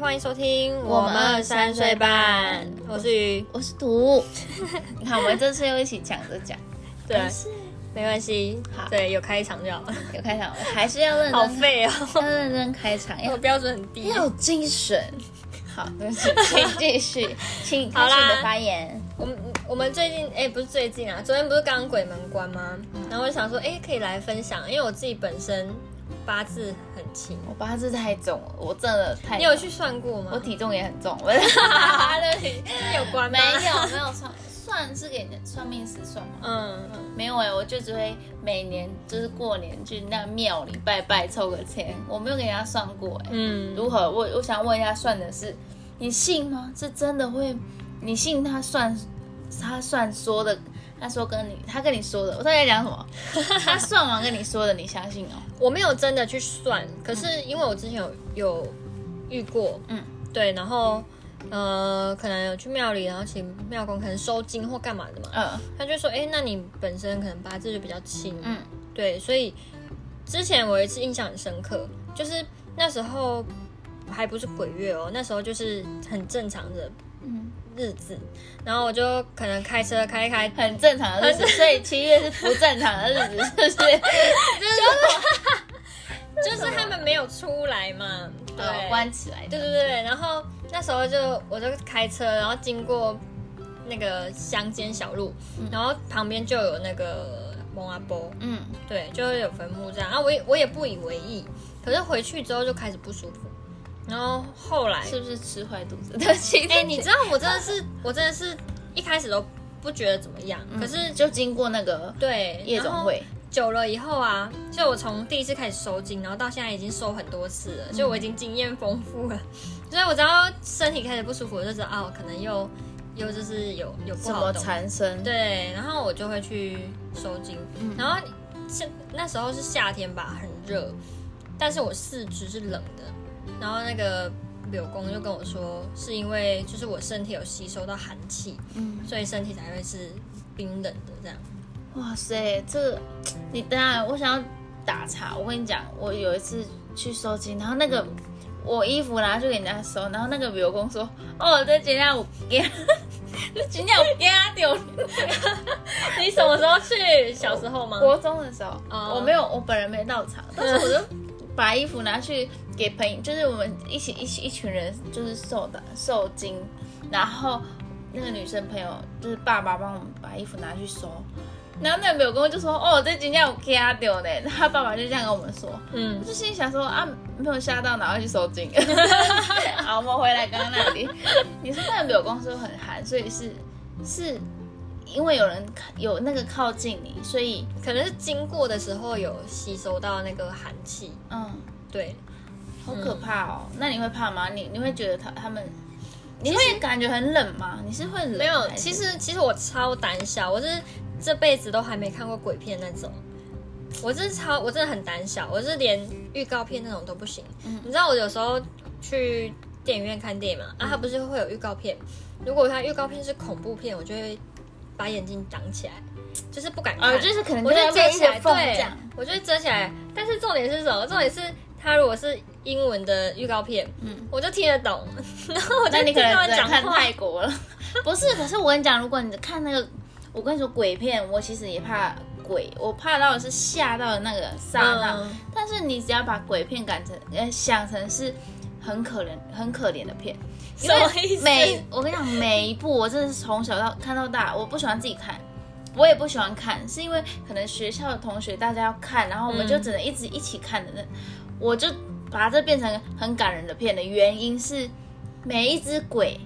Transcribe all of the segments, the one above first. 欢迎收听我们二三岁半我是鱼。我是 毒。你看，我们这次又一起抢着讲，对，没关系，好对，有开场就好，有开场，我还是要认 真，好废 哦，要认真开场，我要标准很低。 要有精神。好，对不起，请继 续，请开始好你啦的发言。我们我们最近哎、不是最近啊，昨天不是刚鬼门关吗？然后我就想说，哎、可以来分享，因为我自己本身八字很轻，我八字太重了，我真的太你有去算过吗？我体重也很重，我 对不起是有关吗 没？ 有没有算算是给算命师算吗？嗯，没有哎、我就只会每年就是过年去那庙里拜拜抽个签，我没有给人家算过哎、嗯嗯，如何？我我想问一下，算的是你信吗？是真的会？你信他算他算说的？他说跟你他跟你说的，我在讲什么？他算完跟你说的，你相信哦？我没有真的去算，可是因为我之前有有遇过，嗯，对，然后呃，可能有去庙里，然后请庙公可能收金或干嘛的嘛，嗯他就说，哎、那你本身可能八字就比较轻，嗯对，所以之前我有一次印象很深刻，就是那时候还不是鬼月哦，那时候就是很正常的嗯，日子，然后我就可能开车开一开，就很正常的日子，所以七月是不正常的日子，是不是？是就是他们没有出来嘛， 对，哦关起来对的。对对，然后那时候就我就开车，然后经过那个乡间小路，然后旁边就有那个蒙阿波，嗯，对，就是有坟墓这样啊，我也我也不以为意，可是回去之后就开始不舒服，然后后来，是不是吃坏肚子？对不起，哎、你知道我真的是我真的是一开始都不觉得怎么样，可是就经过那个对嗯夜总会，久了以后啊，就我从第一次开始收金，然后到现在已经收很多次嗯了，就我已经经验丰富了， 所以我只要身体开始不舒服，我就知道哦，可能又又就是有有不什好么的东西缠身？，对，然后我就会去收金，嗯然后是那时候是夏天吧，很热，但是我四肢是冷的，然后那个柳工就跟我说，是因为就是我身体有吸收到寒气，嗯，所以身体才会是冰冷的这样，哇塞，这个你等下，我想要打岔。我跟你讲，我有一次去收金，然后那个我衣服拿去给人家收，然后那个美工说：“哦，这今天我给， 这今天我给他丢。你什么时候去？小时候吗？”国中的时候，哦我没有，我本人没到场，但是我就把衣服拿去给朋友，就是我们一起一起一群人就是受的受金，然后那个女生朋友就是爸爸帮我们把衣服拿去收。然后那个美工就说：“哦，这今天我给他丢的。”他爸爸就这样跟我们说。嗯我，就心里想说啊，没有吓到，哪会去收金？ 好，我们回来刚刚那里，你说那个柳公说很寒，所以是是因为有人有那个靠近你，所以可能是经过的时候有吸收到那个寒气，嗯，对，好可怕哦。那你会怕吗？你你会觉得他他们，你会感觉很冷吗？你是会冷？没有，还是其实其实我超胆小，我是这辈子都还没看过鬼片那种。我是超，我真的很胆小，我是连预告片那种都不行。你知道我有时候去电影院看电影嘛，啊，它不是会有预告片？如果它预告片是恐怖片，我就会把眼睛挡起来，哦就是不敢看。呃，就是可能我就在遮被起来，缝对这样。，我就遮起来。但是重点是什么？重点是它如果是英文的预告片，嗯我就听得懂， 然后我就那你听可能他们只能讲看话。泰国了。不是，可是我跟你讲，如果你看那个，我跟你说鬼片，我其实也怕鬼，我怕到的是吓到的那个刹那。嗯但是你只要把鬼片改成呃想成是很可怜、很可怜的片，因什为么意思？每我跟你讲每一部，我真的是从小到看到大，我不喜欢自己看。我也不喜欢看，是因为可能学校的同学大家要看，然后我们就嗯只能一直一起看的那，我就把这变成很感人的片的原因是，每一只鬼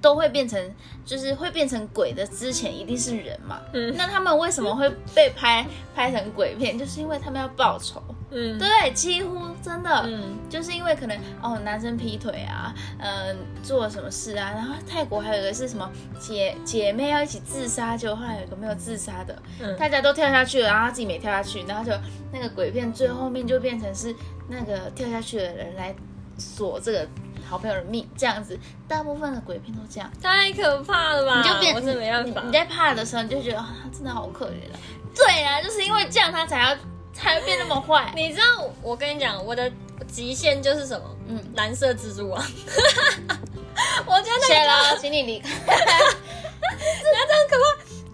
都会变成，就是会变成鬼的之前一定是人嘛，嗯那他们为什么会被拍拍成鬼片，就是因为他们要报仇，嗯，对，几乎真的，嗯，就是因为可能哦，男生劈腿啊，嗯、做了什么事啊，然后泰国还有一个是什么姐姐妹要一起自杀，结果后来有一个没有自杀的，嗯大家都跳下去了，然后他自己没跳下去，然后就那个鬼片最后面就变成是那个跳下去的人来锁这个好朋友的命，这样子，大部分的鬼片都这样，太可怕了吧！你就变啊我真的没办法。你在怕的时候，你就觉得啊、他真的好可怜啊，对啊，就是因为这样他才要才会变那么坏，你知道我跟你讲，我的极限就是什么？嗯嗯，蓝色蜘蛛网。 我觉得那个谢了，请你离开。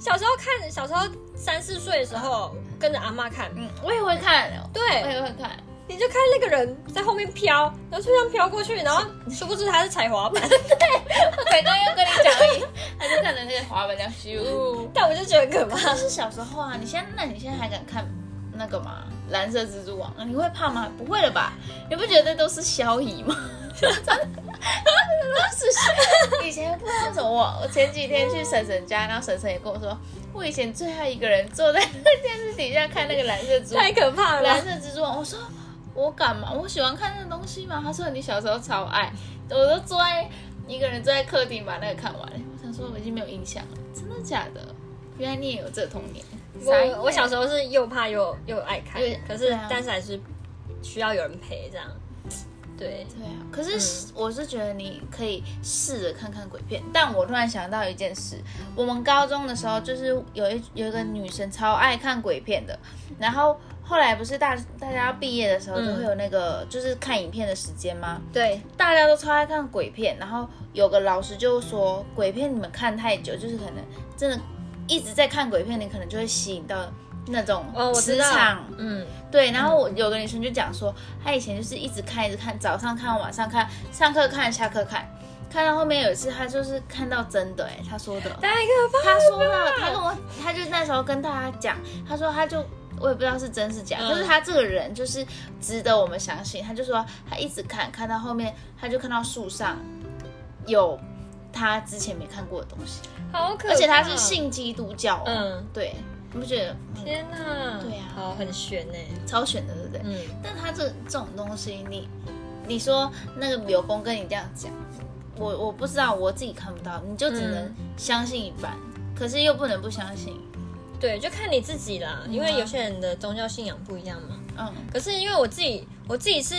小时候看，小时候三四岁的时候跟着阿妈看，嗯，哎我也会看，我对，也会看。你就看那个人在后面飘，然后就这样飘过去，然后殊不知他是踩滑板，我才刚要跟你讲而已，他就看着那个滑板这样咻。但我就觉得很可怕 那。是小时候啊，你现在那你现在还敢看那个吗？蓝色蜘蛛网，你会怕吗？不会了吧？你不觉得都是消疑吗？真的，都是消以前不知道为什么我，我前几天去婶婶家，然后婶婶也跟我说，我以前最爱一个人坐在那个电视底下看那个蓝色蜘蛛太可怕了蓝！色蜘蛛网，我说我敢嘛？我喜欢看那东西嘛。他说你小时候超爱，我都坐在一个人坐在客厅把那个看完。我想说我已经没有印象了，真的假的？原来你也有这童年。我我小时候候是又怕又又爱看又，可对是啊但是还是需要有人陪这样。对，对啊，可是我是觉得你可以试着看看鬼片。但我突然想到一件事，我们高中的时候就是有一有一个女生超爱看鬼片的，然后后来不是大大家要毕业的时候都会有那个、就是看影片的时间吗？对，大家都超爱看鬼片，然后有个老师就说，鬼片你们看太久，就是可能真的一直在看鬼片，你可能就会吸引到那种哦，我磁知道场。，嗯，对，然后我有个女生就讲说，她以前就是一直看，一直看，早上看，晚上看，上课看，下课看，看到后面有一次她就是看到真的、哎，她说的，太可怕他说到，他跟我，他就那时候跟大家讲，他说他就。我也不知道是真是假，嗯可是他这个人就是值得我们相信。他就说他一直看，看到后面他就看到树上有他之前没看过的东西，好可怕！而且他是，信基督教、哦。嗯，对，你不觉得嗯天哪，对啊好很欸悬呢。超选的，对不对？嗯，但他这这种东西，你你说那个柳工跟你这样讲，我我不知道，我自己看不到，你就只能嗯相信一半，可是又不能不相信。对，就看你自己啊啦，因为有些人的宗教信仰不一样嘛。嗯，可是因为我自己，我自己是，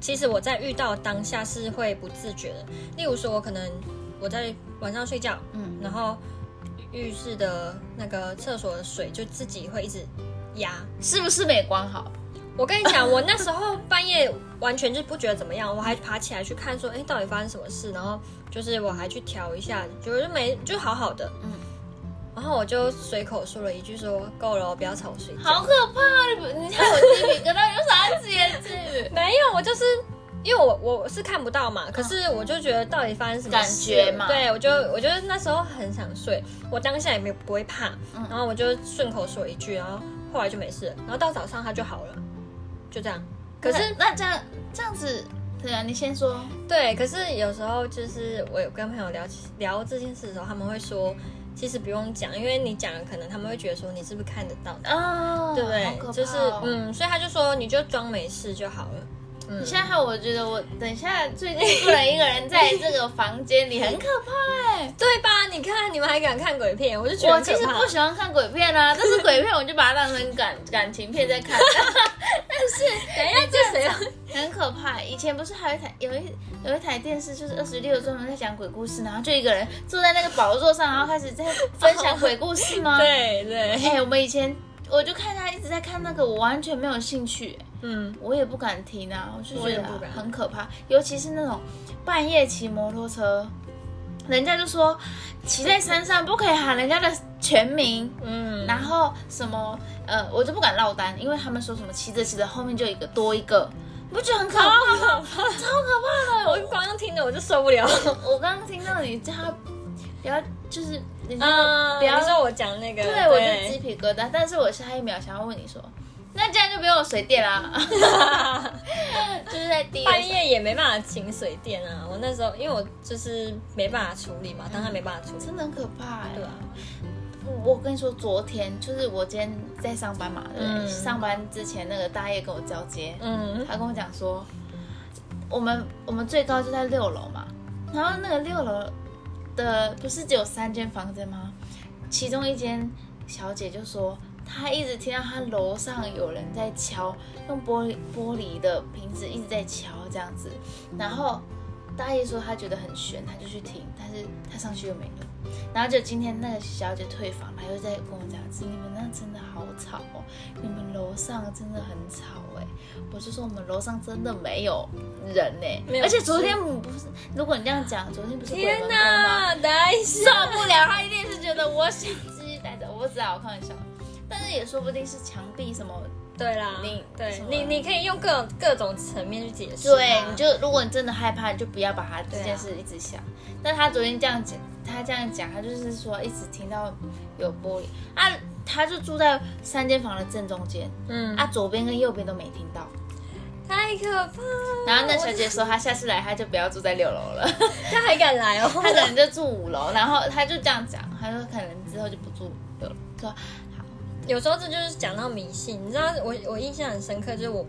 其实我在遇到当下是会不自觉的。例如说，我可能我在晚上睡觉，嗯嗯，然后浴室的那个厕所的水就自己会一直压。是不是没关好？我跟你讲，我那时候半夜完全就不觉得怎么样，我还爬起来去看说，哎，到底发生什么事？然后就是我还去调一下，就是没就好好的，嗯嗯。然后我就随口说了一句说够了哦，不要吵我睡觉。好可怕！你你看我这里跟他有啥解 释？没有，我就是因为我我是看不到嘛，可是我就觉得到底发生什么事嗯感觉嘛对，我就我觉得那时候很想睡，我当下也没有不会怕，嗯然后我就顺口说一句，然后后来就没事了，然后到早上他就好了，就这样。可是那那这样这样子，对啊，你先说。对，可是有时候就是我有跟朋友聊起聊这件事的时候，他们会说，其实不用讲，因为你讲了，可能他们会觉得说你是不是看得到的，哦，对不对？好可怕哦就是。嗯，所以他就说你就装没事就好了。嗯，现在害我觉得我等一下最近不能一个人在这个房间里，很可怕哎、对吧？你看你们还敢看鬼片，我就觉得我很其可实怕不喜欢看鬼片 啊，但是鬼片我就把它当成感感情片在看，等一哎下这谁啊？很可怕。以前不是还有一台有一有一台电视，就是二十六专门在讲鬼故事，然后就一个人坐在那个宝座上，然后开始在分享鬼故事 吗？对对，哎、我们以前我就看他一直在看那个，我完全没有兴趣、嗯，我也不敢听啊，我就我也觉得不敢很可怕，尤其是那种半夜骑摩托车，人家就说骑在山上不可以喊人家的全名，嗯，然后什么呃，我就不敢落单，因为他们说什么骑着骑着后面就有一个多一个，你不觉得很可怕吗？ 哦我光听着我就受不了。我刚刚听到你叫他不要，就是你说嗯，不要你说我讲那个，对，我就鸡皮疙瘩。但是我下一秒想要问你说，那这样就不用水电 啦，就是在第一半夜也没办法请水电啊。我那时候因为我就是没办法处理嗯嘛，当然没办法处理，真的很可怕哎、对啊，我我跟你说，昨天就是我今天在上班嘛，对不对？嗯上班之前那个大爷跟我交接，嗯，他跟我讲说，我们我们最高就在六楼嘛，然后那个六楼的不是只有三间房间吗？其中一间小姐就说，她一直听到她楼上有人在敲，用玻璃玻璃的瓶子一直在敲这样子，然后大爷说他觉得很悬，他就去听，但是他上去又没了，然后就今天那个小姐退房，她又在跟我讲，是你们那真的好吵哦，你们楼上真的很吵哎。我就说我们楼上真的没有人没呢，有而且昨天我不是，如果你这样讲，昨天不是鬼门天关哪，吗？等一受下，不了，她一定是觉得我想继续待着，我只好开玩笑。但是也说不定是墙壁什么对啦，你对什么你你可以用各种各种层面去解释它，啊对，你就如果你真的害怕，你就不要把他这件事一直想。但他昨天这样讲，他这样讲，他就是说一直听到有玻璃啊，他就住在三间房的正中间嗯，啊，左边跟右边都没听到。太可怕了。然后那小姐说，她下次来，她就不要住在六楼了， 他还敢来哦，她可能就住五楼。然后她就这样讲，她说可能之后就不住六楼，说好，有时候这就是讲到迷信，你知道我我印象很深刻，就是我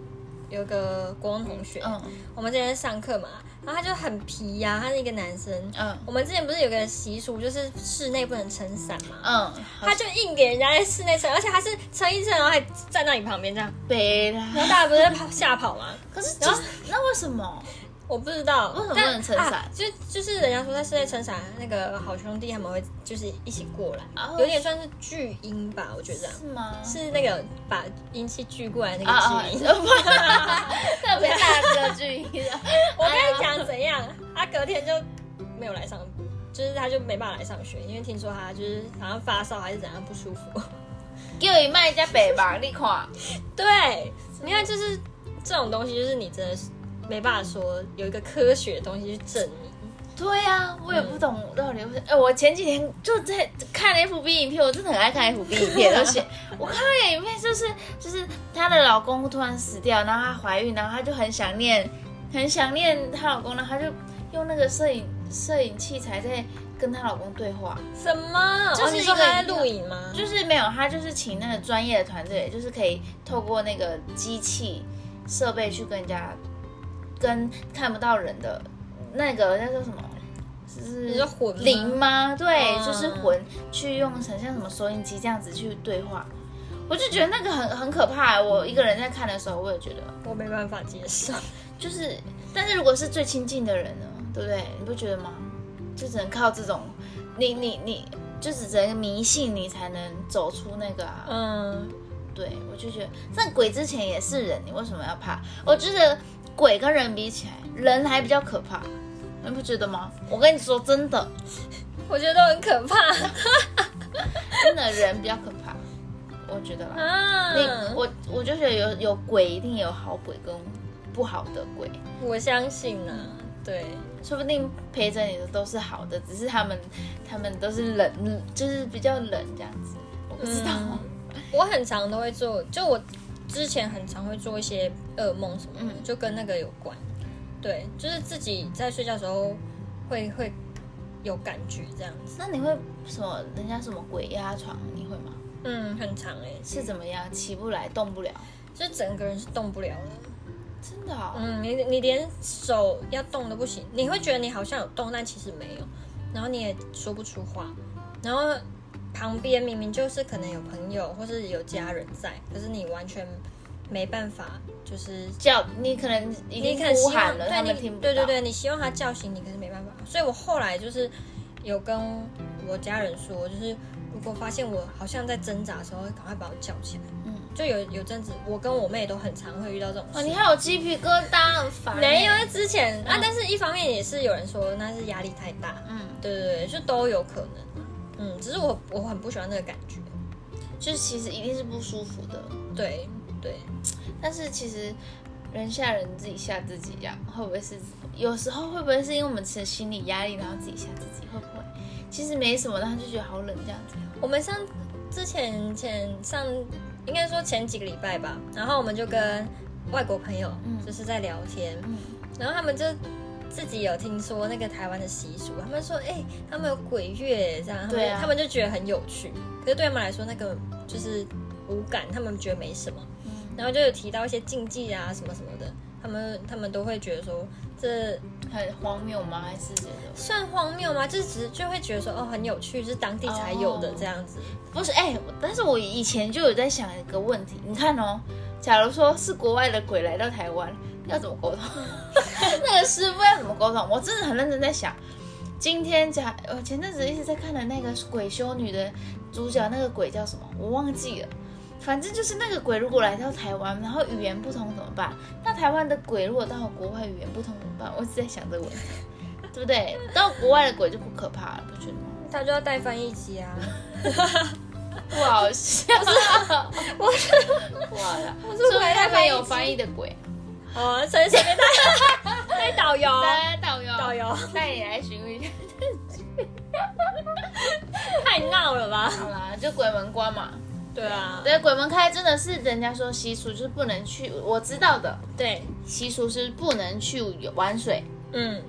有个国中同学，嗯我们之前上课嘛，然后他就很皮呀、他是一个男生。嗯我们之前不是有个习俗，就是室内不能撑伞嘛，嗯，他就硬给人家在室内撑，而且他是撑一撑，然后还站在你旁边这样，北啦。然后大家不是跑吓跑吗？可是其实那为什么？我不知道为什么但不能撑伞啊就就是人家说在室内撑伞，那个好兄弟他们会就是一起过来，哦有点算是巨婴吧，我觉得是吗？是那个把阴气聚过来那啊啊啊个巨婴。！特别大个巨婴啊！ 我跟你讲怎哎样，他隔天就没有来上，就是他就没办法来上学，因为听说他就是好像发烧还是怎样不舒 服。叫伊卖家白吧，你看，对，你看就是这种东西，就是你真的是没办法说有一个科学的东西去证明。对啊，我也不懂到底为什么。哎、我前几天就在看 FB 影片，我真的很爱看 FB 影片，而且我看到一个影片，就是就是她的老公突然死掉，然后她怀孕，然后她就很想念，很想念她老公，然后她就用那个摄影摄影器材在跟她老公对话。什么？就是哦你一说个他在录影吗？就是没有，他就是请那个专业的团队，就是可以透过那个机器设备去跟人家跟看不到人的那个那叫什么？你是说混吗灵吗？对，嗯就是魂去用很像什么收音机这样子去对话。我就觉得那个很很可怕。欸我一个人在看的时候，我也觉得我没办法接受。就是，但是如果是最亲近的人呢，对不对？你不觉得吗？就只能靠这种，你你你，就只能迷信你才能走出那个啊。嗯，对，我就觉得，但鬼之前也是人，你为什么要怕？我觉得鬼跟人比起来，人还比较可怕，你不觉得吗？我跟你说，真的，我觉得都很可怕真的人比较可怕，我觉得啦。啊！你我我就觉得有有鬼，一定有好鬼跟不好的鬼，我相信啊，对，说不定陪着你的都是好的，只是他们他们都是冷，就是比较冷这样子，我不知道。嗯我很常都会做，就我之前很常会做一些噩梦什么的，嗯就跟那个有关。对，就是自己在睡觉的时候会会有感觉这样子。 那你会什么？人家什么鬼压床，你会吗？嗯，很长哎、欸，是怎么样？起不来，动不了，就整个人是动不了的。真的、哦。嗯，你你连手要动都不行，你会觉得你好像有动，但其实没有，然后你也说不出话，然后旁边明明就是可能有朋友或是有家人在，可是你完全没办法，就是叫你可能你已经可能呼希喊望了，对他你们听不到。对对对，你希望他叫醒你，可是没办法。所以我后来就是有跟我家人说，就是如果发现我好像在挣扎的时候，赶快把我叫起来。嗯，就有有阵子，我跟我妹都很常会遇到这种事。哦，你还有鸡皮疙瘩，很烦。没有，，之前啊嗯，但是一方面也是有人说那是压力太大，嗯，对对对，就都有可能。嗯，只是我我很不喜欢那个感觉。就是其实一定是不舒服的，对对，但是其实人吓人，自己吓自己呀、会不会是有时候会不会是因为我们吃心理压力，然后自己吓自己，会不会？其实没什么，然后就觉得好冷这样子。我们上之前前上应该说前几个礼拜吧，然后我们就跟外国朋友嗯就是在聊天，嗯，然后他们就。自己有听说那个台湾的习俗，他们说，哎、他们有鬼月这样，他们对啊他们就觉得很有趣。可是对他们来说，那个就是无感，他们觉得没什么。嗯然后就有提到一些禁忌啊什么什么的，他们他们都会觉得说这很荒谬吗？还是觉得算荒谬吗？就是只是就会觉得说哦很有趣，就是当地才有的哦这样子。不是？哎、我但是我以前就有在想一个问题，你看哦，假如说是国外的鬼来到 台湾，要怎么沟通？那个师傅要怎么沟通？我真的很认真在想，今天假，我前阵子一直在看的那个鬼修女的主角，那个鬼叫什么？我忘记了。反正就是那个鬼，如果来到台湾，然后语言不通怎么办？那台湾的鬼如果到国外语言不通怎么办？我一直在想这个问题，对不对？到国外的鬼就不可怕了，不觉得吗？他就要带翻译机啊。不好笑， 我是哇啦！我是是不回是来他翻们译有机翻译的鬼？哦，随随便带 带导游，来导游，导游带你来询问一下。太闹了吧？好啦，就鬼门关嘛。对啊，对，鬼门开真的是人家说习俗就是不能去，我知道的对，习俗是不能去玩水。嗯，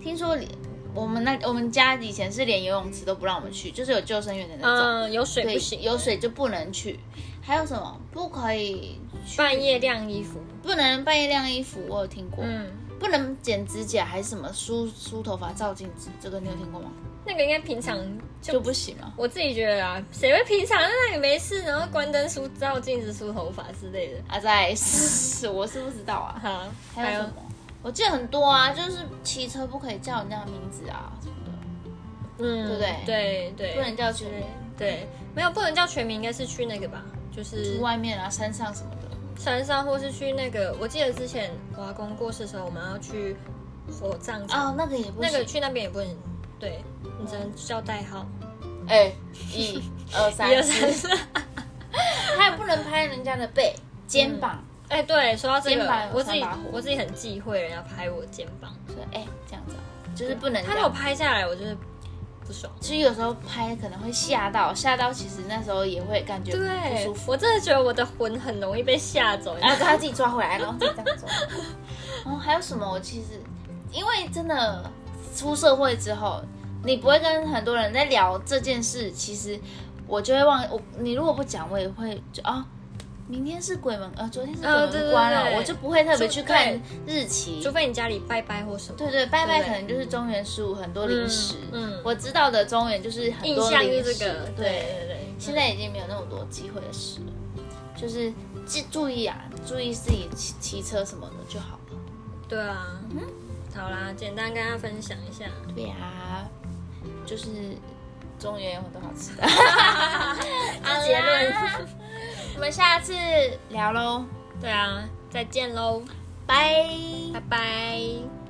听说连我们那我们家以前是连游泳池都不让我们去，就是有救生员的那种，嗯，有水对不，行，有水就不能去。还有什么不可以去？半夜晾衣服，不能半夜晾衣服，我有听过。嗯，不能剪指甲还是什么梳梳头发照镜子，这个你有听过吗？那个应该平常就就不行吗？我自己觉得啊，谁会平常在那里没事，然后关灯梳照镜子梳头发之类的？啊，在是我是不知道啊。 好，还有什么？我记得很多啊，就是骑车不可以叫人家名字啊什么的，嗯，对不对对对，不能叫全名，对，没有不能叫全名，应该是去那个吧，就是外面啊山上什么的。山上或是去那个，我记得之前我阿公过世的时候，我们要去火葬场，哦，那个也不行。那个去那边也不能，对你只能叫代号，哎， 一二三一二四三，四。 他也不能拍人家的背、肩膀，哎、对，说到这肩膀个，有我自己三把火我自己很忌讳人家拍我肩膀，说哎这样子啊，就是不能这他样。如果拍下来，我就是不爽。其实有时候拍可能会吓到，吓到其实那时候也会感觉不对舒，服。我真的觉得我的魂很容易被吓走。然后哎他自己抓回来，然后再这样 走。然后哦还有什么？我其实因为真的出社会之后，你不会跟很多人在聊这件事，其实我就会忘我。你如果不讲，我也会就啊、明天是鬼门，呃，昨天是鬼呃对门关了，对对我就不会特别去看就日期。除非你家里拜拜或什么。对对，拜拜对可能就是中原十五很多零食。嗯嗯我知道的中原就是很印多象零是食。这个，对嗯对对对。现在已经没有那么多机会的事了，就是记注意啊，注意自己骑骑车什么的就好了。对啊，嗯好啦，简单跟大家分享一下。对啊， 就是中原有很多好吃的。 这结论好啦 我们下次聊喽，对啊，再见喽，拜。拜拜。